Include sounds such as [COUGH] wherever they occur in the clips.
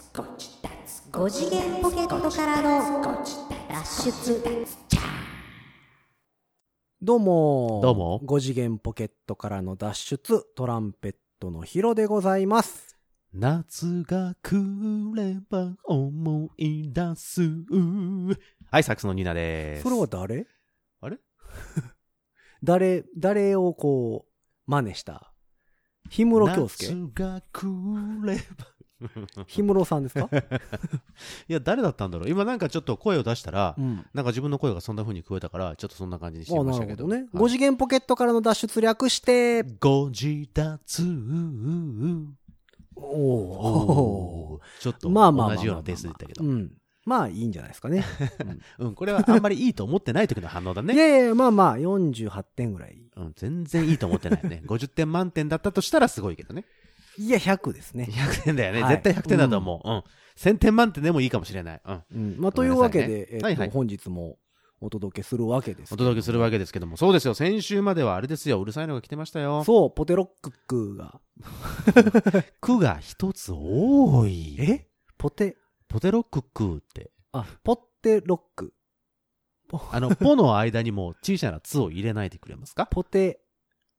5次元ポケットからの脱出どうもどうも5次元ポケットからの脱出、トランペットのヒロでございます。夏が来れば思い出す。はい、サックスのニーナです。それは誰あれ [LAUGHS] 誰、誰をこう、真似した氷室京介夏が来れば。氷室さんですか [LAUGHS] いや、誰だったんだろう。今なんかちょっと声を出したら、うん。なんか自分の声がそんな風に聞こえたから、ちょっとそんな感じにしてあみまなしたるけほど。どね。は5い次元ポケットからの脱出略して、ご自立。おおおーちょっ [LAUGHS] とまあまあまあまあまあ同じような点数だったけうど。ん。まあいいんじゃないですかね。うん、これはあんまりいいと思ってない時の反応だいね。やいや、まあまあ48点ぐらい。うん、全然いいと思ってないよね。50点満点だったとしたらすごいけどね。いや、100ですね。 100点だよね。はい絶対100点だと思う。うん。1000点満点でもいいかもしれない。うん。うん。まあごとめいんなうさいわけねで、えっとはいはい本日もお届けするわけですお。届けするわけですけども。そうですよ。先週まではあれですよ。うるさいのが来てましたよ。そう、ポテロッククが。句が一つ多い。えポテ、ポテロッククって。あ、ポテロック。[LAUGHS] あの、ポの間にも小さなつを入れないでくれますかポテ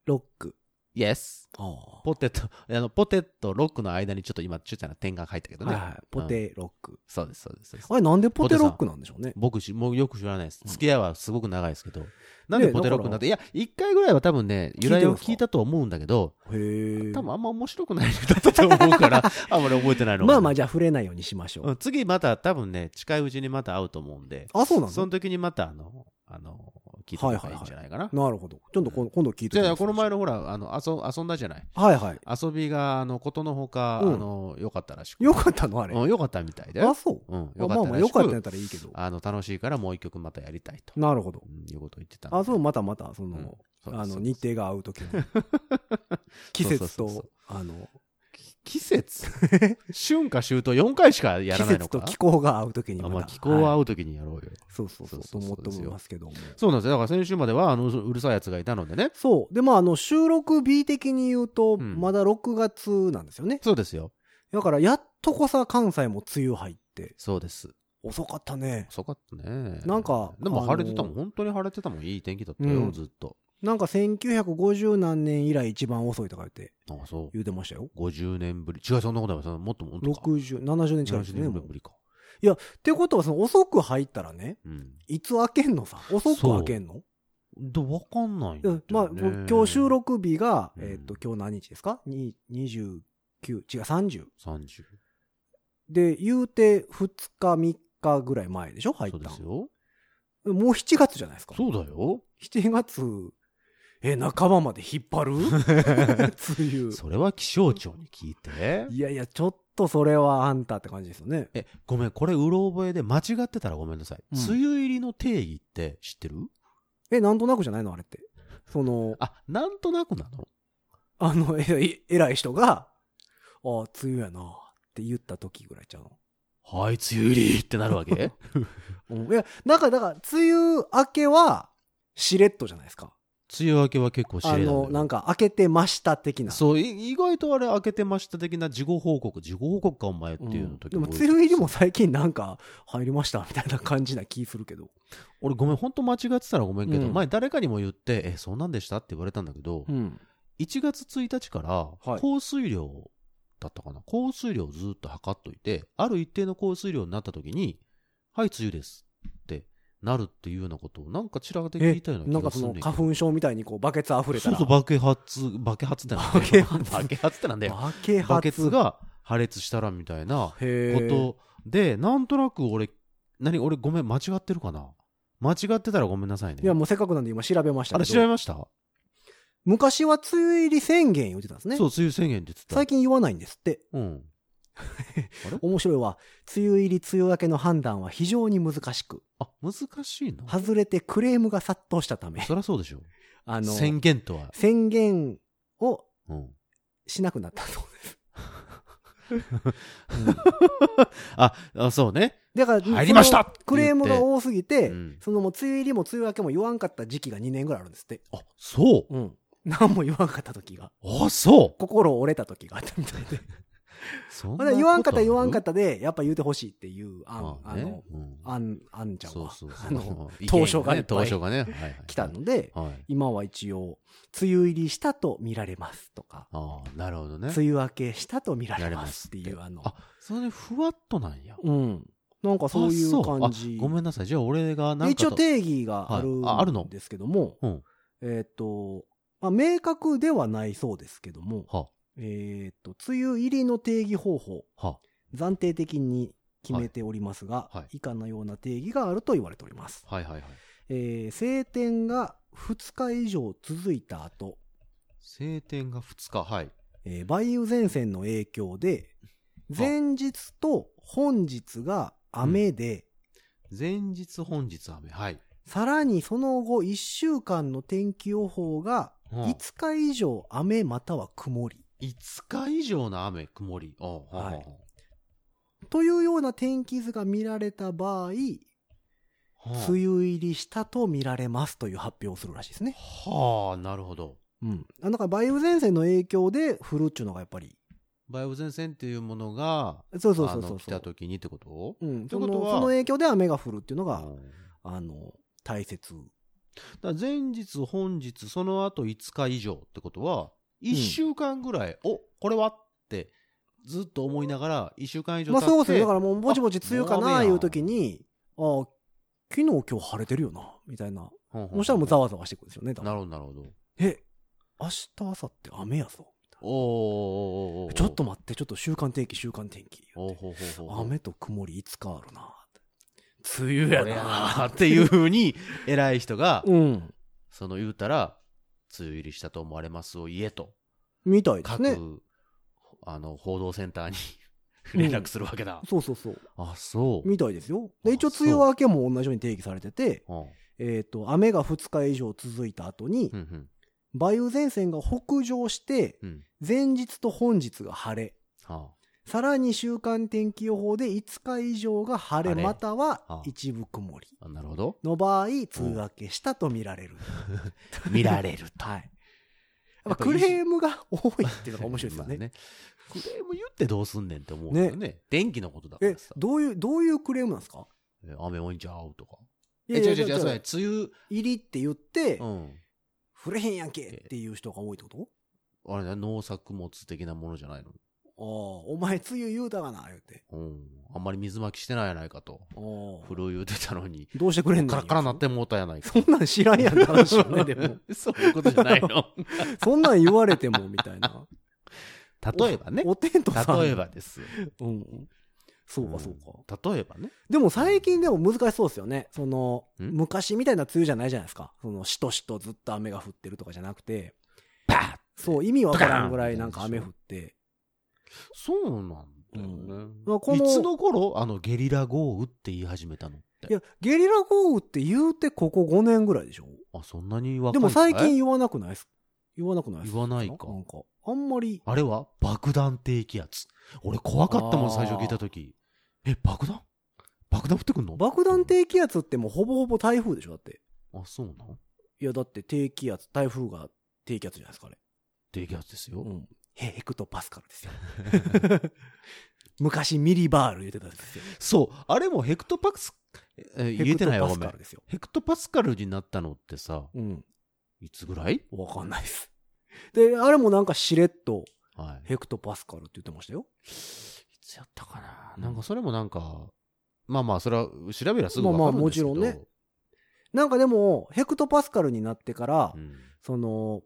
ロック。イエス。あポテト、あの、ポテトロックの間にちょっと今小さな点が入ったけどはいね。はい。ポテロック。そうです、そうです。そうですあれ、なんでポテロックなんでしょうね。僕し、もうよく知らないです。うん付き合いはすごく長いですけど。なんでポテロックになって、いや、一回ぐらいは多分ね、由来を聞いたと思うんだけど、へえ。多分あんま面白くないネタだったと思う [LAUGHS] から、あんまり覚えてないのまあまあ、あ、じゃあ触れないようにしましょう。うん次また多分ね、近いうちにまた会うと思うんで、あ、そうなのその時にまた、あの、あの、聞いておけばいいんじゃないかな。なるほど。ちょっとこ今度聞いてじゃあ、この前のほら、あの、遊遊んだじゃない。はいはい。遊びが、あの、ことのほか、うんあの、良かったらしく。よかったのあれ。うん、良かったみたいで。あ、そう。うん、あ良かまっあたまらあ、しよく。かったんやったらいいけど。あの、楽しいからもう一曲またやりたいと。なるほどう。んいうことを言ってたんであ、そう、またまた、その、うんあそうですその、うです日程が合うとき [LAUGHS] の季節そうそうそうそうと、あの、季節 [LAUGHS] 春夏秋冬4回しかや季らないの節かと気候が合うときにあままあた。気候は合いうときにやろうよ。そうそうそう、そとうそうそ思うっておりますけども。そうなんですよ。だから先週までは、あの、うるさいやつがいたのでね。そう。で、まあ、あの、収録日的に言うと、うんまだ6月なんですよね。そうですよ。だから、やっとこさ、関西も梅雨入って、そうです。遅かったね。遅かったね。なんかでも晴れてたもん。あの本当に晴れてたもん。いい天気だったよ、うんずっと。なんか、1950何年以来一番遅いとか言って、ああ、そ言うてましたよ。う。50年ぶり。違う、そんなことない。そんなもっともっとか。 60、70年近いです70ね。年もうっぶりか。てことは、その、遅く入ったらね、うん。いつ開けんのさ遅く開けんので、わかんないんだうよんねまあ、今日収。録日が、うんえっと、今日何日ですかに ?29、違う、30。 30。で、言うて2日、3日ぐらい前でしょ入っそうでたすんよ。もう7月じゃないですか。そうだよ。 7月、え、半ばまで引っ張 [LAUGHS] る梅雨。それは気象庁に聞いて。いやいや、ちょっとそれはあんたって感じですよね。え、ごめん、これ、うろ覚えで間違ってたらごめんなさい。うん梅雨入りの定義って知ってるえ、なんとなくじゃないのあれって。その、あ、なんとなくなのあの、え、い偉い人が、ああ、梅雨やなって言った時ぐらいちゃうの。はい、梅雨入りってなるわけうんいや、だから、だから、梅雨明けは、しれっとじゃないですか。梅雨明けは結構知あれの、なんか、明けてました的な。そう、い意外とあれ、開けてました的な事後報告、事後報告か、お前ってうんいうの時でも、多い梅雨入りも最近なんか、入りましたみたいな感じな気するけど。俺、ごめん、本当間違ってたらごめんけど、うん前、誰かにも言って、え、そんなんでしたって言われたんだけど、うん。 1月1日から、はい降水量だったかな、降水量をずっと測っといて、ある一定の降水量になった時に、はい、梅雨ですってなるっていうようなことを、なんかちらで聞いたようななん気かがすそるのんだけど花粉症みたいにこうバケツ溢れたそうら。そう、爆発、爆発ってなんだよ。爆発爆発ってなんだよ。バケ発バケツ、が破裂したらみたいなへこーとで、なんとなく俺、何、俺ごめん、間違ってるかな間違ってたらごめんなさいね。いや、もうせっかくなんで今調べましたあれけ調べど。ました、昔は梅雨入り宣言言ってたんですね。そう、梅雨宣言って言ってた。最近言わないんですって。うん。面白いわ。梅雨入り、梅雨明けの判断は非常に難しく、あ、難しいな。外れてクレームが殺到したため、そりゃそうでしょ。あの、宣言とは。宣言をうん。しなくなったそうです。あ、あそうね。 [LAUGHS] だから、入りましたそのクレームが多すぎて、うんそのもう梅雨入りも梅雨明けも言わんかった時期が2年ぐらいあるんですって。あ、そう。うん。何も言わんかった時が。あ、そう。心折れた時があったみたいで。そん [LAUGHS] まだ言わんかったら言わんかったたで、やっぱ言うてほしいっていう案、あの、うん案、案ちゃんそうはそうそう。あの意見当初がいっぱい当初がね。はいはい来たので、はい。今は一応、梅雨入りしたと見られますとか、ああ、なるほどね。梅雨明けしたと見らやれれますっていう、あの、あ、それふわっとなんや。うん。なんかそういあそうう感じあ。ごめんなさい。じゃあ俺がなんか一応と定義があるはいああるのんですけども、うんえーっと、まあ、明確ではないそうですけども、は、えーっと、梅雨入りの定義方法、は、暫定的に決めておりますが、はいはい以下のような定義があると言われております。はいはいはい。えー晴天が2日以上続いた後、晴天が2日、はい。えー梅雨前線の影響で、前日と本日が雨で、前日、本日雨、はい。さらにその後1週間の天気予報が、うん5日以上雨または曇り。 5日以上の雨、曇り。おうはいというような天気図が見られた場合、梅雨雨。入りしたと見られますという発表をするらしいですね。はあ、なるほど。うん。あだから梅雨前線の影響で降るっていうのがやっぱり、梅雨前線っていうものが、そうそうそうそあのう来そうた。時にってことうん。てそこのとはその影響で雨が降るっていうのうが、んあの、大切。だから前日、本日、その後5日以上ってことは、1週間ぐらい、お、これはって、ずっと思いながら、1週間以上ま経っあて、そうですね。だからもうぼちぼち梅雨かあもうな雨いやんう時に、ああ、昨日今日晴れてるよな、みたいな。ほんほんほんそしたらもうざわざわしてくるんですよね。多分なるほど、なるほど。え、明日、明後日雨やぞ。おーおーおーおーおーちょっと待って、ちょっと週間天気、週間天気。おーほうほうほうほう雨と曇りいつかあるな。梅雨やこれやな。なっていうふうに、偉い人が、うん。その言うたら、梅雨入りしたと思われますを言えと、みたいです各、ね。あの、報道センターに [LAUGHS] うん連絡するわけだ。そうそうそう。あ、そう。みたいですよ。で、あ一応そう梅雨明けも同じように定義されてて、うんえっ、と、雨が2日以上続いた後に、うんうん梅雨前線が北上して、うん前日と本日が晴れ。はさらに週間天気予報で5日以上が晴れ晴れまたはあ一部曇りああなるほど。の場合、梅雨明けしたと見られる。見られると。はい。やっぱクレームが多いっていうのが面白いですよね。 [LAUGHS] まあクレーム言ってどうすんねんって思うけどね。電気のことだかえらさ、。どういう、どういうクレームなんですかえ雨多いんちゃうとか。いえ、違う違う違う、だそれから梅雨、入りって言って、うん。触れへんやんけっていう人が多いってことあれだ、農作物的なものじゃないの。ああ、お前梅雨言うたがな、言うて。うん。あんまり水まきしてないやないかと。ああ。古い言うてたのに。どうしてくれんのカラッカラなってもうたやないか。そんなん知らんやんっ [LAUGHS] て話よね、でも。そういうことじゃないの。 [LAUGHS] そんなん言われても、みたいな。 [LAUGHS] 例えばね。おテントさん。例え。ばです。うん。そうか、そうか。例えばね。でも最近でも難しそうですよね。その、ん昔みたいな梅雨じゃないじゃないですか。その、しとしとずっと雨が降ってるとかじゃなくて、パーそう、意味わからんぐらいなんか雨降って。そうなんだまよあね。このいつの頃あのゲリラ豪雨って言い始めたのって。いや、ゲリラ豪雨って言うてここ5年ぐらいでしょあ、そんなに若でいかもい最近言わなくないっす言わなくないっす言わないかなんか、あんまり、あれは爆弾低気圧。俺怖かったもん、最初聞いたとき。え、爆弾爆弾降ってくんの爆弾低気圧ってもうほぼほぼ台風でしょだって。あ、そうなのいや、だって低気圧、台風が低気圧じゃないですか、あれ。低気圧ですよ。うん。ヘヘクトパスカルですよ。 [LAUGHS] 昔ミリバール言ってたんですよ。そう。あれもヘクトパクス、えー、言えてないわ、ヘクごトパスめカんル。ですよ。ヘクトパスカルになったのってさ、うん。いつぐらいわかんないです。で、あれもなんかしれっとはい。ヘクトパスカルって言ってましたよ。いつやったかな、なんかそれもなんか、まあまあ、それは調べりゃすぐわまあかまるあんですけど。もちろんねなんかでも、ヘクトパスカルになってから、うん。その、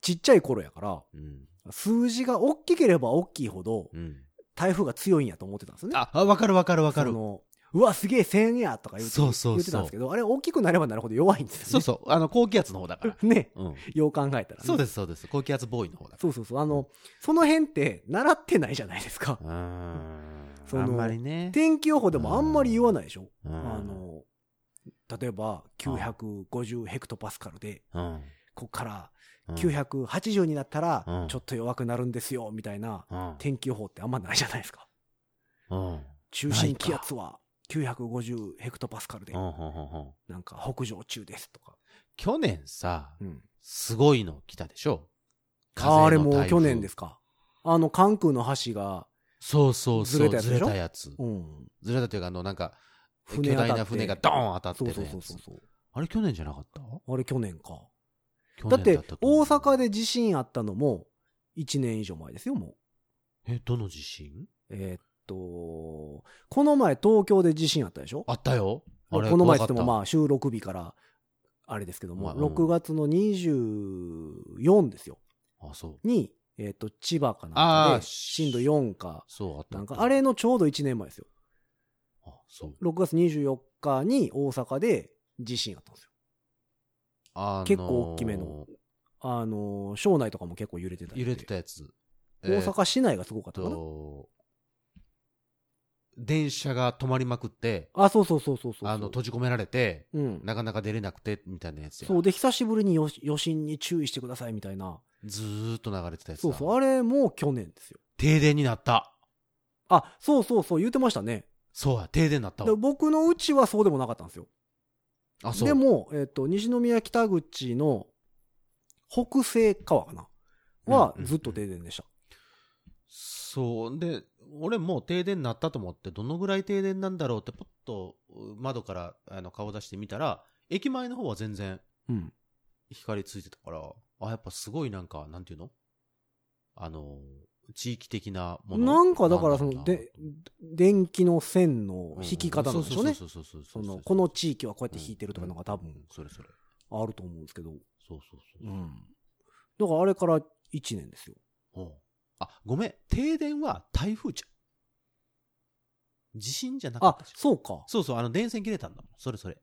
ちっちゃい頃やから、うん。数字が大きければ大きいほど、うん。台風が強いんやと思ってたんですよね。あ、あわかるわかるわかるそ。のうわ、すげえ1000やとか言ってそうそうそう言ってたんですけど、あれ大きくなればなるほど弱いんですよね。そうそう。あの、高気圧の方だから。 [LAUGHS] ね。うん。よう考えたら、ね。そうです、そうです。高気圧ボーイの方だかそうそうそう。あの、その辺って習ってないじゃないですか。ら。うーそん。のあんまりね。天気予報でもあんまり言わないでしょ。うんあ、の、例えば950ヘクトパスカルで、うん。こっからうん980になったうらん、ちょっと弱くなるんですよ、みたいなうん。天気予報ってあんまないじゃないですか。うん。うん。中心気圧は950ヘクトパスカルでう、んうんうんなんか北上中ですとか。去年さう、ん。すごいの来たでしょ。ああれも去年ですすか。あの、関空の橋が、そうそうそずれうたやつずでれしょたやつうん。ずれたというかあのなんか船巨当たって大な船がドーン当たってそうるそうやそうつそうそう。あれ去年じゃなかったあれ去年か。去だ年ってたと、思大う阪で地震あったのも、1年以上前ですよ、もう。えどの地震えーっと、この前東京で地震あったでしょあったよあこれの前っつっても怖かまあ収録日から、あれですけども、まあうん6月の24ですよ。ったあそうに、えーっと、千葉かなんあかーで、震度4か、そうあったなんか、あれのちょうど1年前ですよ。あそう6月24日に大阪で地震あったんですよ。あのー結構大きめのあのー、省内とかも結構揺れてたり揺れてたやつ大えーっ阪市内がすごかったかな。と電車が止まりまくってあ、そうそうそうそうそう。あの閉じ込められてうん。なかなか出れなくてみたいなやつやそうで、久しぶりに余余震に注意してくださいみたいな。ずーっと流れてたやつそうだそう、あれも去年ですよ。停電になったあ、そうそうそう、言ってましたね。そうや停電になったわで僕のうちはそうでもなかったんですよ。あそうでも、えっ、と、西宮北口の北西川かなはうんうんずっと停電でした。そうで俺もう停電になったと思ってどのぐらい停電なんだろうってポッと窓からあの顔出してみたら駅前の方は全然うん。光ついてたからあやっぱすごいなんかなんていうのあの地域的なものなんかだから、なそんろうなの、で、電気線の引き方なんでしょうね。そうそうそうそそうそうの、この地域はこうやって引いてるとかなんか多う分んそれそれあると思うんですけど。そうそうそうう、ん。だからあれから1年ですよ。おうあごめん停電は台風じゃん地震じゃなかっあたじ、ゃんそうか。そうそうあの電線切れたんだもんそれそれ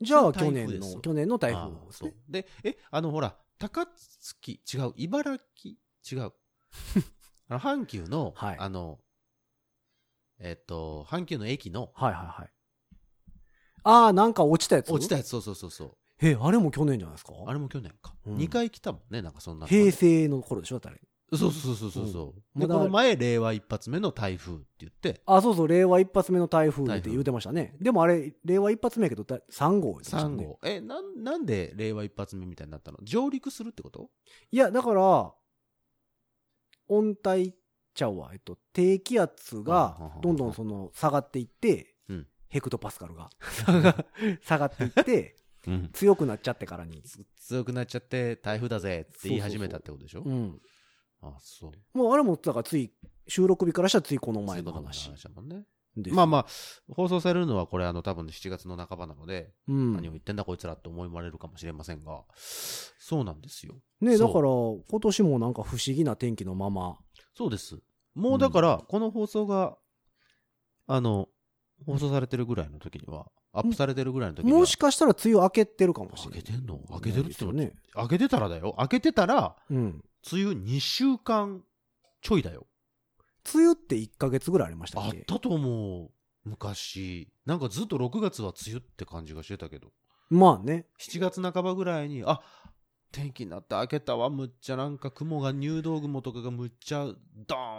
じゃあ台去風年ですの、よ去年の台風あの方ーですそうね。でえあのほら高槻違う茨城違うあの阪急の、はいあのえっ、と阪急の駅のはいはいはい。ああ、なんか落ちたやつ落ちたやつそうそうそうそうえ、あれも去年じゃないですかあれも去年か、うん二2回来たもんねなんかそんな平成の頃でしょだってあれ。そうそうそうそうそうう、んでまだこの前令和一発目の台風って言ってあ、そうそう、令和一発目の台風っ台て風言うてましたね。でもあれ、令和一発目やけど、だ3号言うてました3ね。号、えなんなんで令和一発目みたいになったの上陸するってこといや、だから、温帯ちゃうわ。えっと、低気圧うんうんうんがう、んどんどんその、下がっていって、うんヘクトパスカルが、 [LAUGHS] 下がっていって、うん強くなっちゃってからに。強くなっちゃって台風だぜって言い始めたってことでしょうん。あそうもうあれも、だからつい、収録日からしたらついこの前の話そういうことの話だもんねです。まあまあ放送されるのはこれあの多分7月の半ばなので、うん。何を言ってんだこいつらって思われるかもしれませんがそうなんですよねだそうから、今年もなんか不思議な天気のまま、そうですもうだからこの放送が、あの放送されてるぐらいの時にはアップされてるぐらいの時にはもしかしたら梅雨明けてるかもし開れなけい。てんの開けてるって言ってもね。開けてたらだよ開けてたらうん。梅雨2週間ちょいだよ梅雨って1ヶ月ぐらいありましたあっっけたと思う昔なんかずっと6月は梅雨って感じがしてたけどまあね。 7月半ばぐらいにあ天気になって開けたわむっちゃなんか雲が入道雲とかがむっちゃド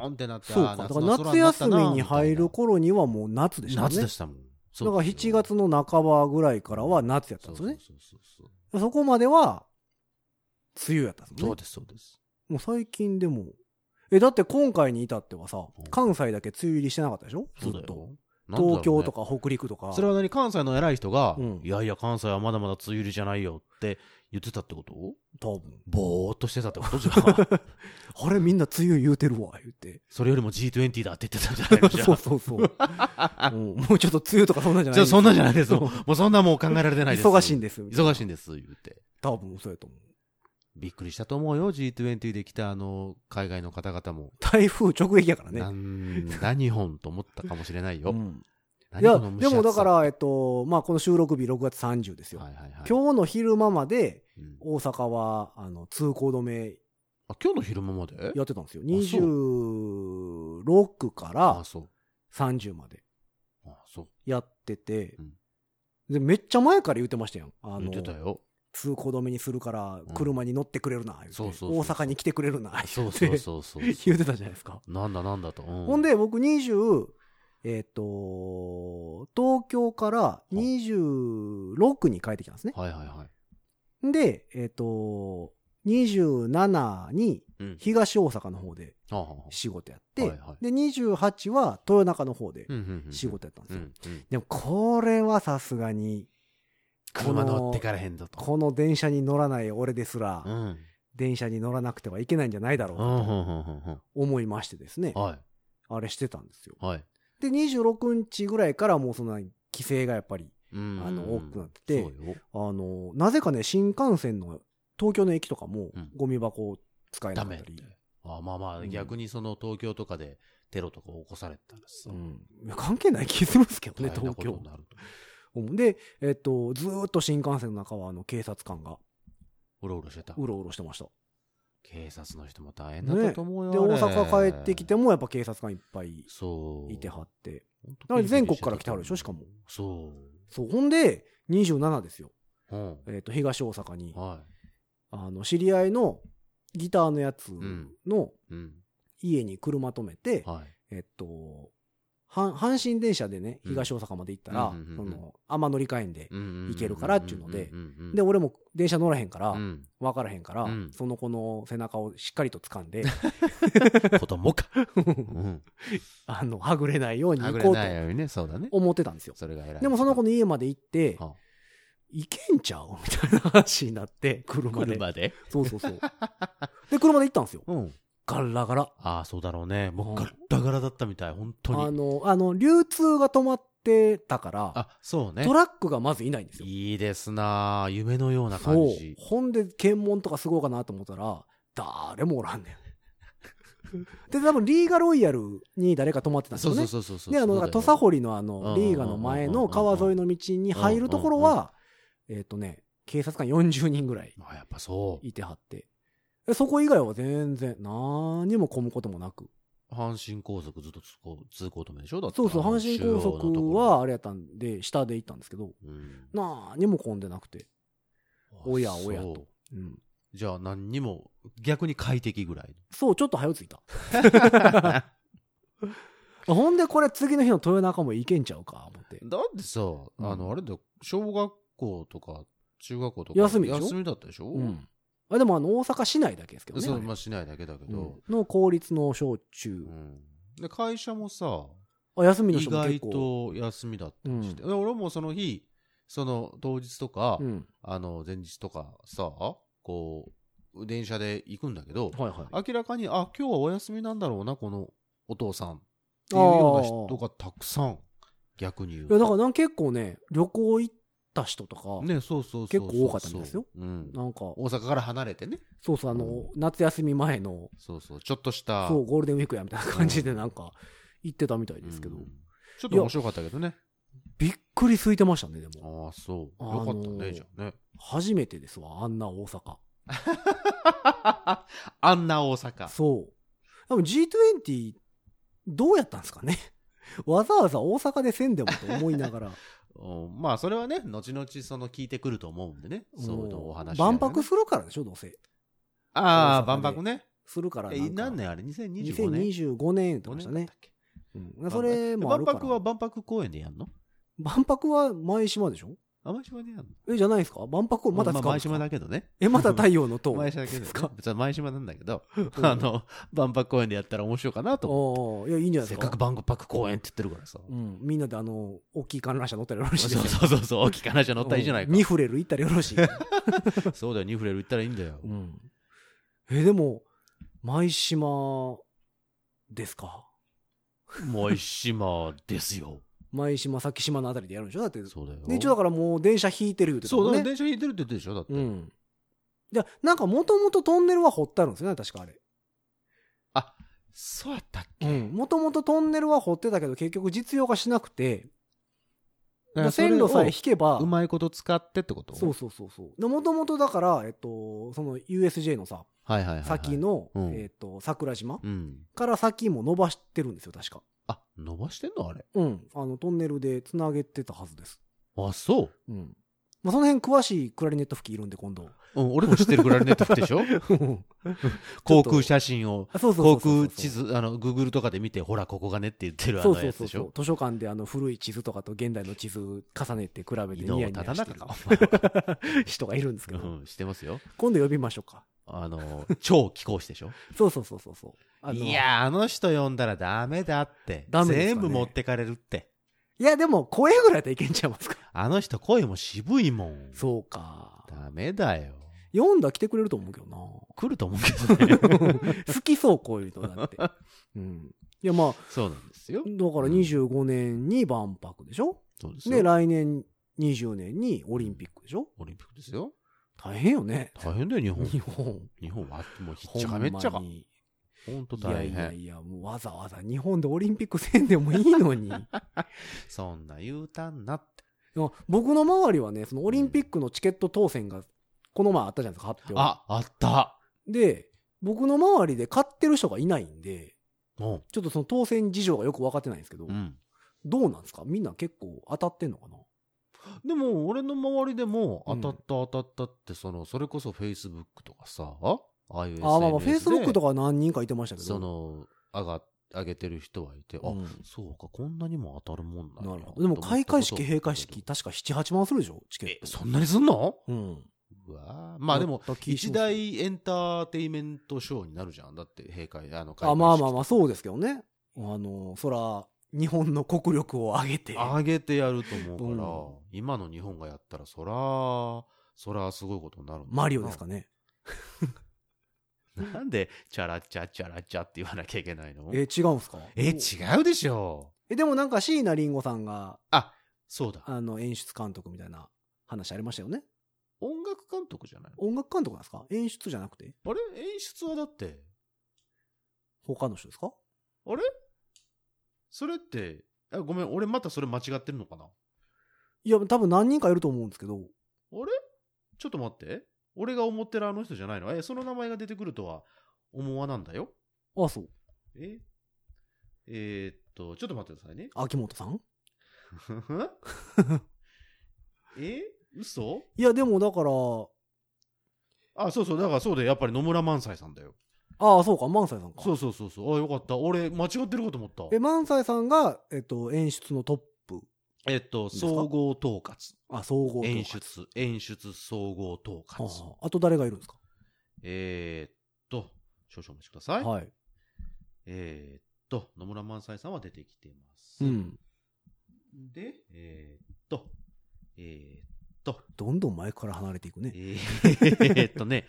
ーンってなってそうあか。だかーらの夏空なった休なみに入る頃にはもう夏でみしたたいなね。夏でしたもんそだうから7月の半ばぐらいからは夏やったんですよね。そうそうそうそうそこまでは、梅雨やったんですそようね。ですそうですもう最近でも。え、だって今回に至ってはさうん、関西だけ梅雨入りしてなかったでしょずそうだっよと。なんでだろうね東京とか北陸とか。それは何関西の偉い人が、うんいやいや、関西はまだまだ梅雨入りじゃないよって言ってたってこと多分。ぼーっとしてたってことじゃん。あれみんな梅雨言うてるわ、言って。 [LAUGHS] それよりも G20 だって言ってたんじゃないのじゃあ [LAUGHS] そうそう [LAUGHS] そう。うんもうちょっと梅雨とかそんなんじゃないじゃあそんなんじゃないです。そうもうもうそんなもう考えられてないです。忙しいんでです。忙しいんでです、言うて。多分そうやと思う。びっくりしたと思うよ、G20 で来たあの、海外の方々も。台風直撃やからねな。ん何本と思ったかもしれないよ。うんい何や、この蒸しで暑さもだか、ら、えっと、まあ、この収録日6月30ですよ。はいはいはい、今日の昼間までうん大阪は、あの、通行止めあ今日の昼間までやってたんですよ。あそ26かあらそう。 30まであそう。やっててうん、で、めっちゃ前から言ってましたやん。あ言のっ、てたよ。通行止めにするからうん車に乗ってくれるな、言ってそうそうそう大阪に来てくれるな、 [LAUGHS] そ言うっそうてそうそ [LAUGHS] う。言ってたじゃないですか。なんだなんだと。ほほん、で僕20、えっ、と、東京から26に帰ってきたんですね。はいはいはい。で、えっ、と、 27にうん。東大阪の方ではあはあはあ仕事やって、はいはいで、28は豊中の方でうんうんうん仕事やったんですうよ。んうんでも、これはさすがに、車乗ってからへんぞと。この電車に乗らない俺ですら、うん。うん電車に乗らなくてはいけないんじゃないだろううかんうとんうんうん思いましてですね、はあれしてたんですよ。い。はい。で、26日ぐらいからもうその規制がやっぱり、ああの多くなっててそうよ。あの、なぜかね、新幹線の東京の駅とかもうんゴミ箱を使えなダかっメったてり。。あまあまうあ、ん逆にその東京とかでテロとか起こされたらさう、ん、いや関係ない気するんですけど大ね、変な東こ京とに。なると。うんで、えっと、ずーっと新幹線の中は、あの、警察官が、うろうろしてた。うろうろしてました。警察の人も大変だったと思うよ。で、あ大れ阪帰ってきて、も、やっぱ警察官いっぱいそう。いてはって。ほんとだから全国から来てはるでしょしかも。そそう、ほんで、27ですよ。う。うん。えっと、東大阪に、はあの、知り合いのギターのやつんのい。うん。家に車止めて、はい。えっと、阪阪神電車でね、うん東大阪まで行ったらうんうんう、んそうんの、あんま乗り換えんで、行いけるからっていうので、で、で、俺も電車乗らへんからう、ん。わからへんからうん、その子の背中をしっかりと掴 [LAUGHS] んで、子供か。うん。あの、はぐれないようには行ぐこれうとないようにね、そうだね。思ってたんですよ。それが偉い。でもその子のの家まで行って、行けんちゃう [LAUGHS] みたいな話になって、車で。車で。そうそうそう。で、車で行ったんですよ。うん。ガラガラ。ああ、そうだろうね。もうんうガッタガラだったみたい、本当あに。の、あの、流通が止まってたから、あ、そうねト。ラックがまずいないんですよ。いいですなあ夢のような感そうじ。。ほんで、検問とかすごいかなと思ったら、誰もおらん [LAUGHS] ねん。で、多分、リーガロイヤルに誰か止まってたんですそようねそう。そうそうそう。で、あの、だから土佐堀のあの、うんリーガの前の川沿いの道に入るところうんうんは、えっとね、警察官40人ぐらいまあやっぱそう。いてはって。でそこ以外は全然、何にも混むこともなく。阪神高速ずっと通行通行止めでしょだってそうそう、あの阪神高中央のと速ころは、あれやったんで、下で行ったんですけど、うん何にも混んでなくて。おやおやとそううん。じゃあ何にも、逆に快適ぐ [LAUGHS] らい。そう、ちょっと早着いた。ほんで、これ次の日の豊中も行けんちゃうか、思って。だってさ、あうんの、あれだよ、小学校とか、中学校とか、休みでしょ休みだったでしょうん。あでも、あの、大阪市内だけですけどね。そあう、れまあ、しないだけだけうどん、の公立の小中う。ん。で、会社もさ、あ、休みの意人も結外構。と休みだったりして、で俺もその日、その当日とか、うん。あの、前日とかさ、こう、電車で行くんだけど、はいはい。明らかに、あ、今日はお休みなんだろうな、このお父さん。っていうような人がたくさん、逆に言ういと。や、だからなんか結構ね、旅行行った人とか、ね、そうそうそう結構多かったみたいですよ。うん。なんか、大阪から離れてね。そうそう、あの、夏休み前の、そうそう。ちょっとした。そう、ゴールデンウィークや、みたいな感じでなんか、行ってたみたいですけどうん、ちょっと面白かったけどね。びっくり空いてましたね、でも。ああ、そう。あのよーかったね、じゃあね。 [LAUGHS] 初めてですわ、あんな大阪。あんな大阪。そう。多分 G20、どうやったんですかね [LAUGHS] わざわざ大阪でせんでもと思いながら。うんまあ、それはね、後々その聞いてくると思うんでね。 [LAUGHS] そういうのお話、ね。万博するからでしょ、どうせ。ああ、大阪万で博ね。するからえ、なんか。何年あれ ?2025 年。 2025年って言って五まし年ただっねた。っけうん、それもある万から。博は万博公園でやんの万博は前島でしょ前島でやんのえ、じゃないですか万博まだ使まうあん前ですか、島だけどね。え、まだ太陽の [LAUGHS] 塔。前島だけどねですか。別に前島なんだけど、うんあ、の、万博公園でやったら面白いかなと思おいや、いいんじゃう。ないせでっすかかく万博公園って言ってるからさ。うん、みんなであの、大きい観覧車乗ったらよろしそいですうよ。そうそう [LAUGHS] そう、大きい話は乗ったらいいじゃないかうん。ニフレル行ったらよろ [LAUGHS] しい。そうだよ、ニフレル行ったらいいんだよう。ん。え、でも、舞島ですかもう一島ですよ。舞島、先島のあたりでやるんでしょだって。そうだよ。で一応だからもう電車引いてるってそうだかね。ら電車引いてるって言ってるでしょだって。うん。じゃなんかもともとトンネルは掘ってあるんですよね、確かあれ。そうやったっけうん。もともとトンネルは掘ってたけど、結局実用化しなくて、だからそれ線を路さえ引けばう、まいこと使ってってことそうそうそうそう。もともとだから、えっと、その USJ のさ、はいはいはいはい。先。の、うんえっと、桜島うん。から先も伸ばしてるんですよ、確か。あ、伸ばしてんのあれ。うん。あの、トンネルで繋げてたはずです。あ、そうう。ん。まあ、その辺詳しいクラリネット吹きいるんで、今 [LAUGHS] 度。うん、俺も知ってるクラリネット吹くで [LAUGHS] しょ航空写真を。あそうそうそう航そう空地図、あの、グーグルとかで見て、ほら、ここがねって言ってるあそうのそうやつそでうしそうょ。図書館であの古い地図とかと現代の地図重ねて比べて移ニ動をヤニ立たヤなしかてっるた。人がいるんですけど、 [LAUGHS] うん、してますよ。今度呼びましょうかあの、超貴公子でしょそうそうそうそうそうあのいやー、あの人呼んだらダメだって。ダメですかね全部持ってかれるって。いやでも声ぐらいだったらいけんちゃい [LAUGHS] ますかあの人声も渋いもん。そうかダメだよ。読んだら来てくれると思うけどな来ると思うけどね。好きそうこういうのだってうんいやまあ [LAUGHS] そうなんですよだ。から25年に万博でしょそうですでよ。来年20年にオリンピックでしょオリンピックですよ。大変よね大変だよ、日本。日本日本は、もうひっちゃかめっちゃほかんま。にほんといや大いや変。いやもうわざわざ日本でオリンピックせんでもいいの [LAUGHS] にそんな言うたんなって。でも僕の周りはねそのオリンピックのチケット当選がこの前あったじゃないですか発表あ、あった。で僕の周りで買ってる人がいないんでもちょっとその当選事情がよく分かってないんですけど、う。うん。どうなんですかみんな結構当たってんのかなでも、俺の周りでも、う当んたった当たったって、その、それこそ Facebook とかさ、ああいう SNS で。あまあまあフェイスブックとか何人かいてましたけどその、上が、上げてる人はいて、あ、うんそうか、こんなにも当たるもんなんやなるほどでも開会式閉会式。と確か78万するでしょチケ思っッたえ、トそんなにすんのうんうわーまあでも、だった気し一ます大エンターテインメントショーになるじゃん。だって、閉会、あの、開会式。あまあまあまあそうですけどねあのそら日本の国力を上げて上げてやると思うから、うん今の日本がやったら、そら、そらすごいことになるんだろうなマリオですかねなんで、チャラチャチャラチャって言わなきゃいけないのえ違うんすかえ、違うでしょ。えでもなんか椎名林檎さんがそうだ。あの演出監督みたいな話ありましたよね音楽監督じゃない音楽監督なんですか演出じゃなくてのあれ演出はだって、他の人ですかあれそれって、あごめん、俺またそれ間違ってるのかないや多分何人かいると思うんですけどあれちょっと待って。俺が思ってるあの人じゃないのえ、その名前が出てくるとは思わなんだよ。あそうええーっと、ちょっと待ってくださいね。秋元さんふふえ嘘いやでもだからあ、そうそう、だからそうで、やっぱり野村萬斎さんだよ。ああそうか萬斎さんかそうそうそうそう。あ、よかった。俺、間違ってるかと思った。え萬斎さんが、えっと、演出のトップえっと、ですか総合統括。あ総合とか演出、演出総合統あ括。ああと誰がいるんですかえーっと、少々お待ちください。はい、えーっと、野村萬斎さんは出てきてます。うんで、えーっと、えーっと、どんどん前から離れていくね、え [LAUGHS] ーっとね、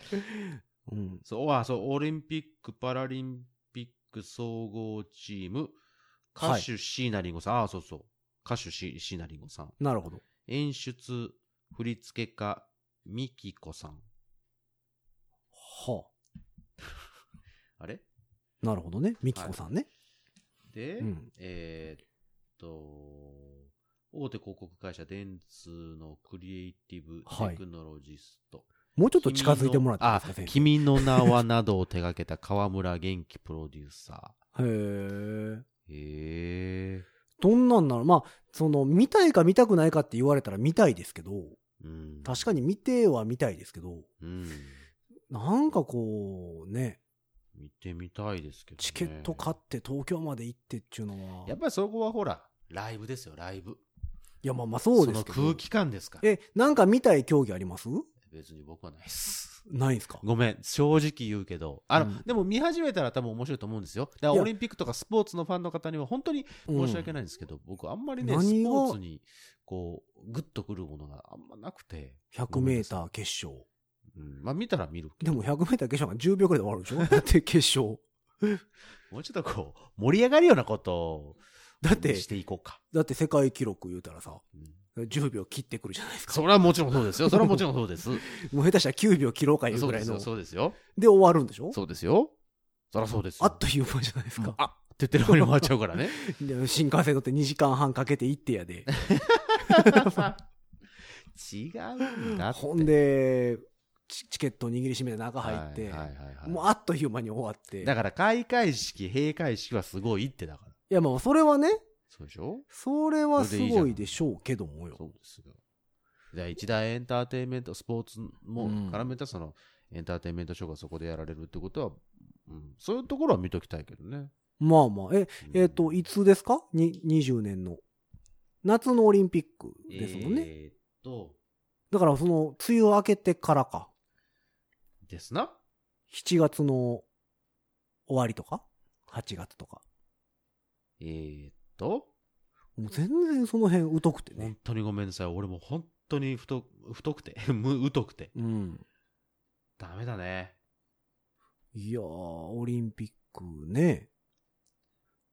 うん、そう、あ、そう、オリンピック・パラリンピック総合チーム、歌手椎名林檎さん、あ、そうそう、歌手椎椎名林檎さん、なるほど演出、振付家、みきこさん。はあれあなるほどねみきこさんね、で、うんえーっと、大手広告会社電通のクリエイティブはいテクノロジスト。もうちょっと近づいてもらっていいですか先生君のあ君の名はなどを手掛けた河村元気プロデューサへえー。へえ。どんなんなのまあその見たいか見たくないかって言われたら見たいですけどうん。確かに見ては見たいですけどうん。なんかこうね見てみたいですけど、ね。チケット買って東京まで行ってっていうのはやっぱりそこはほら、ライブですよ、ライブ。いやまあまあそうですけどその空気感ですから。えなんか見たい競技あります別に僕はないです。ないんすかごめん、正直言うけど、あの、うんでも見始めたら多分面白いと思うんですよ。だからいやオリンピックとかスポーツのファンの方には本当に申し訳ない、ないんですけど、僕あんまりね、ス何がポーツに、こう、グッとくるものがあんまなくて、うん、100メーター決勝うん、まあ見たら見るけでど、も100メーター決勝が10秒くらいで終わるでしょだって決勝もうちょっとこう、盛り上がるようなことを、だってしていこうか。だって世界記録言うたらさうん10秒切ってくるじゃないですかそれはもちろんそうですよ。それはもちろんそうです。もう下手したら9秒切ろうかいうそぐうらでいすのよ。そうですよ。で終わるんでしょそうですよ。そりゃそうですよ。あっという間じゃないですか、あって言ってる間に回っちゃうからね。で新幹線乗って2時間半かけて行ってやで違うん [LAUGHS] だって。ほんでチチケット握りしめて中入って、はいはいはいはいもうあっという間に終わってだから開会式、閉会式はすごいってだから。いやまあそれはねそうでしょそれはすそれでいいじゃごんいでしょうけどもよそうですよ。じゃあ一大エンターテインメント、スポーツもうん絡めたその、エンターテインメントショーがそこでやられるってことは、うん、そういうところは見ときたいけどね。まあまあえうんえっ、といつですかに20年の夏のオリンピックですもんね、えーっと、だからその梅雨明けてからかですな。 7月の終わりとか ?8 月とか。えーっと、もう全然その辺疎くてね本。当にごめんなさい。俺も本当に太、太くて、 [LAUGHS] む、疎くて。うん。ダメだね。いやー、オリンピックね。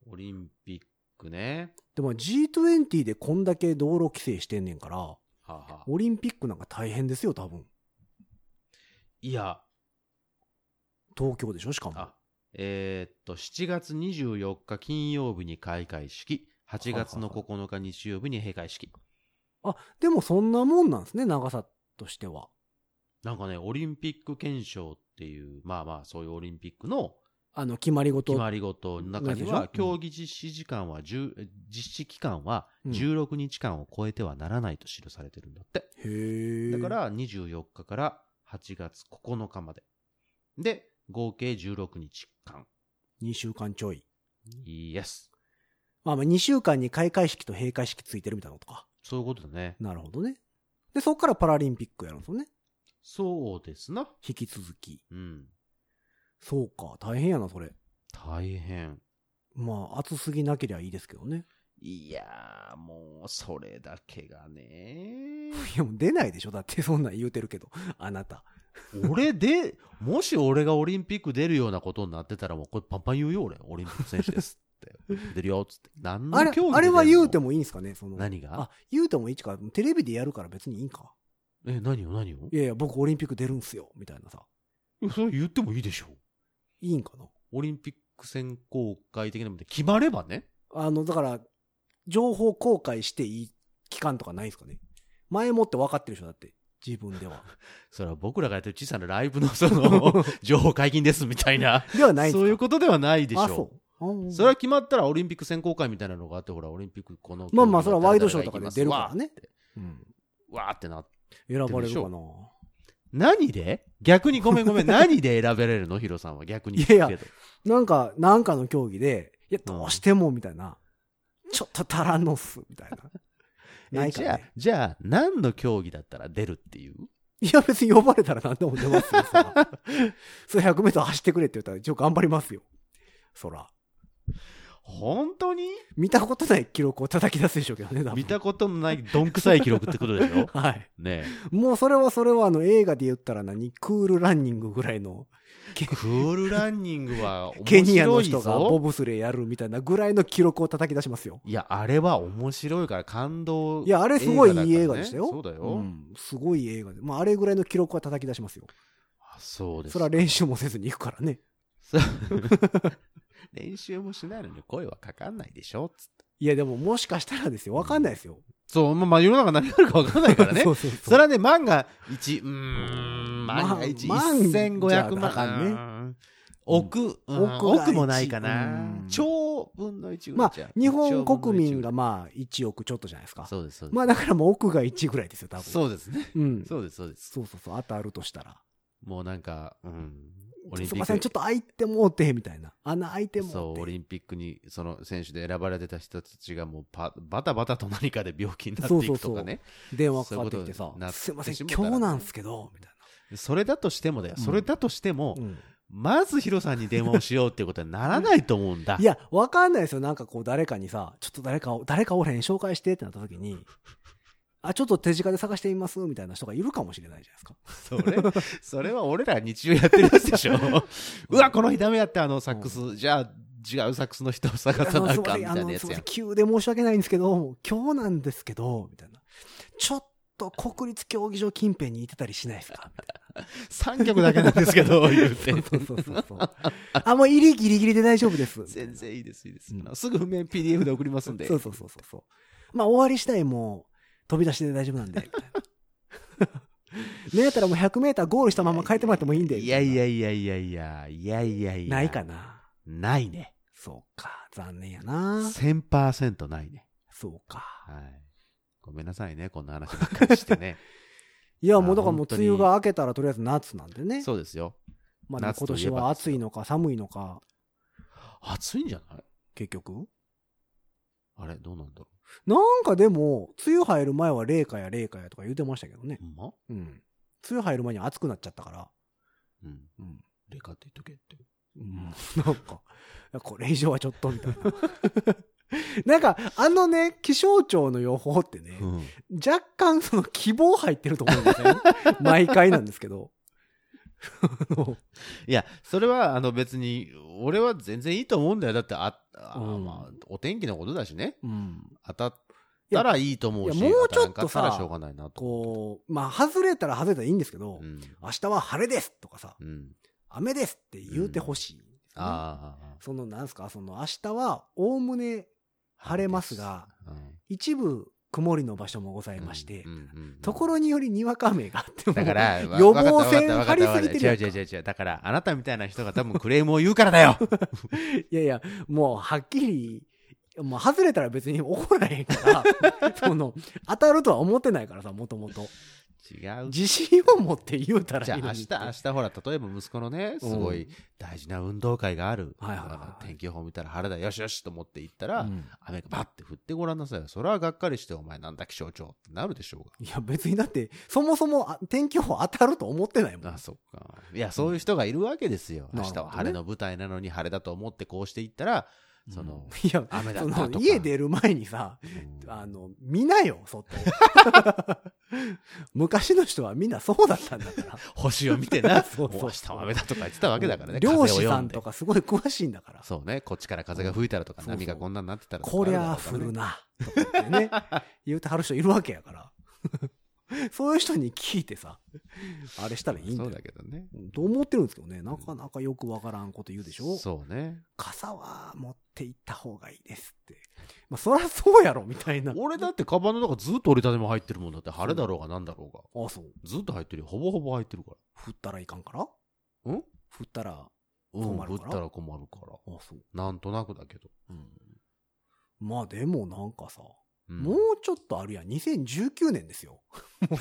オリンピックね。でも G20 でこんだけ道路規制してんねんから、はあはあオリンピックなんか大変ですよ、多分。いや、東京でしょ、しかも。あ、えーっと、7月24日金曜日に開会式、8月のはは9日日曜日に閉会式。でもそんなもんなんですね、長さとしては。なんかね、オリンピック憲章っていう、まあまあ、そういうオリンピックのあの、決まり事。決まり事の中になんでは、しょうん競技実施時間は10、実施期間はうん16日間を超えてはならないと記されてるんだって。へーだか、ら24日から8月9日まで。で、合計16日間。 2週間ちょい。イエス。まあまあ2週間に開会式と閉会式ついてるみたいなことか。そういうことだね。なるほどね。で、そっからパラリンピックやるんですよね。そうですな。引き続き。うん。そうか、大変やな、それ。大変。まあ、暑すぎなけりゃいいですけどね。いやー、もう、それだけがね。いや、もう出ないでしょだって、そんなん言うてるけど。あなた。俺で、もし俺がオリンピック出るようなことになってたら、もうこれパンパン言うよ、俺。オリンピック選手ですって。出るよ、つって。何のあれ競技、あれは言うても。もいいんですかねその。何があ、言うてもいいっちか。テレビでやるから別にいいんか。え、何よ、何よい。やいや、僕オリンピック出るんすよ。みたいなさ。それ言ってもいいでしょ。いいんかなオリンピック選考会的なもので決まればね。あの、だから、情報公開していい期間とかないですかね前もって分かってるでしょだって。自分で [LAUGHS] は。それは僕らがやってる小さなライブのそ [LAUGHS] の、情報解禁ですみたいな。ではないんですかそういうことではないでしょ。あ、そう。あそれは決まったらオリンピック選考会みたいなのがあって、ほら、オリンピックこの。まあまあそれはワイドショーとかで出るからね誰々が行きますうんわーってわーってな。選ばれるかでな何で逆にごめん [LAUGHS] ごめん。何で選べれるのヒロさんは逆に聞くけど。いやいやなんか、なんかの競技で、いや、どうしても、みたいな。ちょっと足らんのっす、みたいな。ない [LAUGHS] えかじゃらあね、じゃあ、何の競技だったら出るっていういや、別に呼ばれたら何でも出ますよ、そら。 [LAUGHS] それ100メートル走ってくれって言ったら、一応頑張りますよ。そら。本当に見たことない記録を叩き出すでしょうけどね、多分見たことのないどんくさい記録ってことでしょはい。ねもうそれはそれは、あの、映画で言ったら何クールランニングぐらいの、え。クールランニングはケ面ニアの白人いがボぞ。ブスレーやるみたいなぐらいの記録を叩き出しますよ。いや、あれは面白いから感動。いや、あれすごいいい映画だからねでしたよ。そうだよんすごい映画で。まあ、あれぐらいの記録は叩き出しますよ。あそうですそれは練習もせずに行くからね。そう [LAUGHS] 練習もしないのに声はかかんないでしょつっていや、でももしかしたらですよ。わかんないですよ。そう、まあまあ、世の中何があるかわかんないから [LAUGHS] ね。そそうそうそう。れはね、万が一、うーん、万が一、ま万1500じゃあかんね万。億、うん億が一億もないかうな。ん超分の1ぐらまいじゃあん。、日本国民が超分の一ぐまあ、1億ちょっとじゃないですらい。か。そうです、そうです。まあ、だからもう億が1ぐらいですよ、多分。そうですね。う。ん。そうです、そうです。そうそうそう、当たるとしたら。もうなんか、うん、オリンすピいません、ッちょっク。と空いてもうて、みたいな。穴空いてもうて。そう、オリンピックに、その選手で選ばれてた人たちがもうパ、バタバタと何かで病気になっていくとかね。電話かかってきてさそういうこと、になってすいません、しもたら今日なんすけど、みたいそれだとしてもだよ。うんそれだとしても、な。うんまずヒロさんに電話をしようっていうことにならないと思うんだ。いや、わかんないですよ。なんかこう、誰かにさ、ちょっと誰かを、誰かおらへん紹介してってなった時に、あ、ちょっと手近で探してみます、みたいな人がいるかもしれないじゃないですか。それ、それは俺ら日常やってるやつでしょ。 [LAUGHS] うわ、この日ダメやって、あのサックス、じゃあ違うサックスの人を探さなあかんみたいなやすいつませやん、ん。急で申し訳ないんですけど、今日なんですけど、みたいな。ちょっと国立競技場近辺にいてたりしないですかみたいな。 3曲だけなんですけ [LAUGHS] ど、言うて。そうそうそうそう。あ、もう入りギリギリで大丈夫です。全然いいです、いいです。うんあのすぐ譜面 PDF で送りますんでそ。うそうそうそうそう。まあ、終わり次第もう飛び出しで大丈夫なんで、みたいな。 [LAUGHS] なんやったらもう100メーターゴールしたまま帰ってもらってもいいんで。いやいや。やいやいやいや、いやいやいや。ないか。な。ないね。そうか。残念やな。 1000%ないね。そうか。はい。ごめんなさいね、こんな話ばっかりしてね。いや、あもうだからもう本当に梅雨が明けたらとりあえず夏なんで [LAUGHS] ね。そうですよ。まあでも夏今とい年えばは暑いのか寒いのか、暑いんじゃない結局。あれ、どうなんだろなんかでも、梅雨入る前は冷夏や冷夏やとか言ってましたけどねう。。ほんまうん。梅雨入る前に暑くなっちゃったから。うん。うん。レカって言っとけって。うんなんか、これ以上はちょっとみたいな。なん [LAUGHS] か、あのね、気象庁の予報ってね、うん。若干その希望入ってると思うんですよ [LAUGHS] ね。毎回なんですけど。あのいや、それは、あの別に、俺は全然いいと思うんだよ。だって、あ、あうんまあ、お天気のことだしね。うん、当たったらいいと思うし、いやもうちょっとさ当たらんかったらしょうがないなと。こう、まあ、外れたら外れたらいいんですけど、うん。明日は晴れですとかさ、うん。雨ですって言うてほしい、ああ。その、なんすか、その、明日は、おおむね晴れますが、うん、一部曇りの場所もございまして、うんうんうんところによりにわか雨があってもだから、わ予防線わ張かったりわかすったぎてるやんか違う違う違う違う。だから、あなたみたいな人が多分クレームを言うからだよ。いやいや、もうはっきり、もう外れたら別に怒らへん [LAUGHS] から、その、当たるとは思ってないからさ、もともと。違う。自信を持って言うたらじゃいいあの明に日、明日ほら、例えば息子のね、すごい大事な運動会がある。はいはいはい天気予報見たら晴れだ、よしよしと思って行ったうら、ん雨がバッて降ってごらんなさいよ。それはがっかりして、お前なんだ気象庁ってなるでしょういや、別にだって、そもそもあ天気予報当たると思ってないもが。んあ、。そっか。いや、そういう人がいるわけですよ。うん明日は晴れの舞台なのに晴れだと思ってこうして行ったら、うんその、いや、雨だそったとの、か。家出る前にさ、うんあの、見なよ、外。 [LAUGHS] 昔の人はみんなそうだったんだから。星を見て [LAUGHS] な、そうそうもう明日は雨だとか言ってたわけだからね。漁風を師読さんんでとかすごい詳しいんだから。そうね、こっちから風が吹いたらとか、うん波がこんなになってたらとかこりゃあ降るな、とかって [LAUGHS] ね、言うてはる人いるわけやから。そういう人に聞いてさ、あれしたらいいんだそうよだ。けどね。と思ってるんですけどね、なかなかよくわからんこと言うでしょそうね。傘は持って行った方がいいですって。まあ、そらそうやろ、みたいな。俺だってカバンの中ずっと折りたたみ入ってるもんだって、晴れだろうがなんだろうが。あ、そう。ずっと入ってるよ。ほぼほぼ入ってるか振ったらいかんからら。うん振ったら、あ、うん、困ぶっるからたら困るから。そう。なんとなくだけど。うん。まあでもなんかさ、うんもうちょっとあるやん。2019年ですよ。 [LAUGHS] も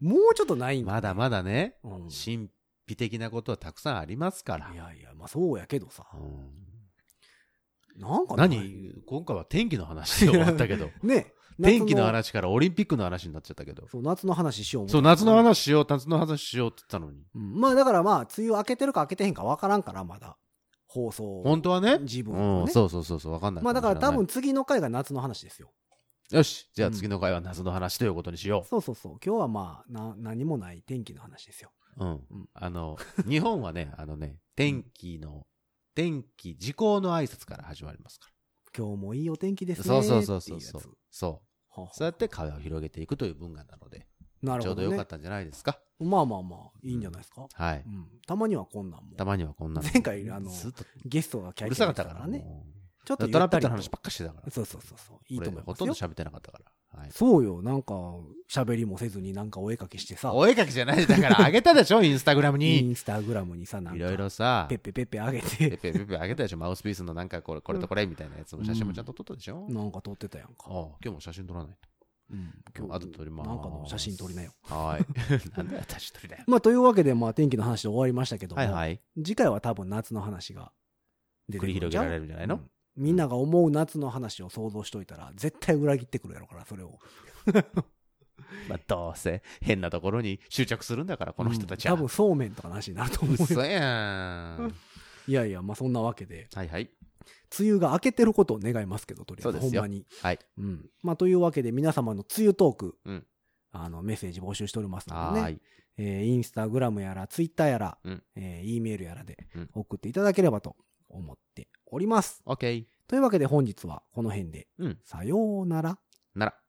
う、もうちょっとないんだ。まだまだね、うん神秘的なことはたくさんありますからい。やいや、まあそうやけどさ。うんなんかない何今回は天気の話で終わっ [LAUGHS] たけど。ね天気の。話からオリンピックの話になっちゃったけど夏。そう、夏の話しよう思ってそう、夏の。話しよう、夏の話しようって言ったのに。うんまあだからまあ、梅雨明けてるか明けてへんかわからんから、まだ。放送。本当はね。自分うはん、ね。そうそうそうそう、わかんない。まあだから多分。次の回が夏の話ですよ。よし、じゃあうん次の回は夏の話ということにしよそうそうそう。今日はまあ、な、何もない天気の話ですよ。う。うん。うんあの、日本はね、あのね、天気の、天気、時効の挨拶から始まりますか今日もいいお天気でら。すね。そうそうそうそうっていそううやつ。そう。ははそうやって会話を広げていくという文化なので、なるちょほうどどよねかっ。たんじゃないですか。まあまあまあ、いいんじゃないですか。。はいうん。たまにはこんなんも。たまにはこんなの前回あのずっとゲストがキうャるリさアかでったすかかららね。ね。ちょっとだってゆトランったペッりとトの話ばっかしてたから。そうそうそうそう。いいと思い俺ほますとんどよ。喋ってなかったから。はい。そうよ、なんか、喋りもせずになんかお絵かきしてさ、お絵かきじゃないだから、あげたでしょ、インスタグラムイに。ンスタグラムにさ、なんか、いろいろさペ、ッペペッペ上げペて、ペペペあげたでしょマウスピースのなんかこれこれとこれみたいなやつの写真もちゃんと撮ったでしょ、なんか撮ってたやんああか。今日も写真撮らないうん、とあと撮りますなんかの写真撮りなよ。[LAUGHS] はーいなんで私撮りだよまあ、というわけで、まあ、天気の話で終わりましたけども、はいはい次回は多分夏の話が出て繰くりるじ広ゃげらんれるんじゃないの、うんみんなが思う夏の話を想像しといたら、絶対裏切ってくるやろから、それを。まあ、どうせ変なところに執着するんだからこの人たちは、うん多分、そうめんとかの話になると思ううよ。そやん [LAUGHS] いやいや、まあ、そんなわけで、はいはい梅雨が明けてることを願いますけど、とりあえず、そうでほすんよまに。はいうん。まあ、というわけで皆様の梅雨トーク、うんあの、メッセージ募集しておりますはのでーね、いえーインスタグラムやら、ツイッターやら、うんえー、E メールやらでうん送っていただければと思っております。 OK というわけで本日はこの辺で、うんさようなら。なら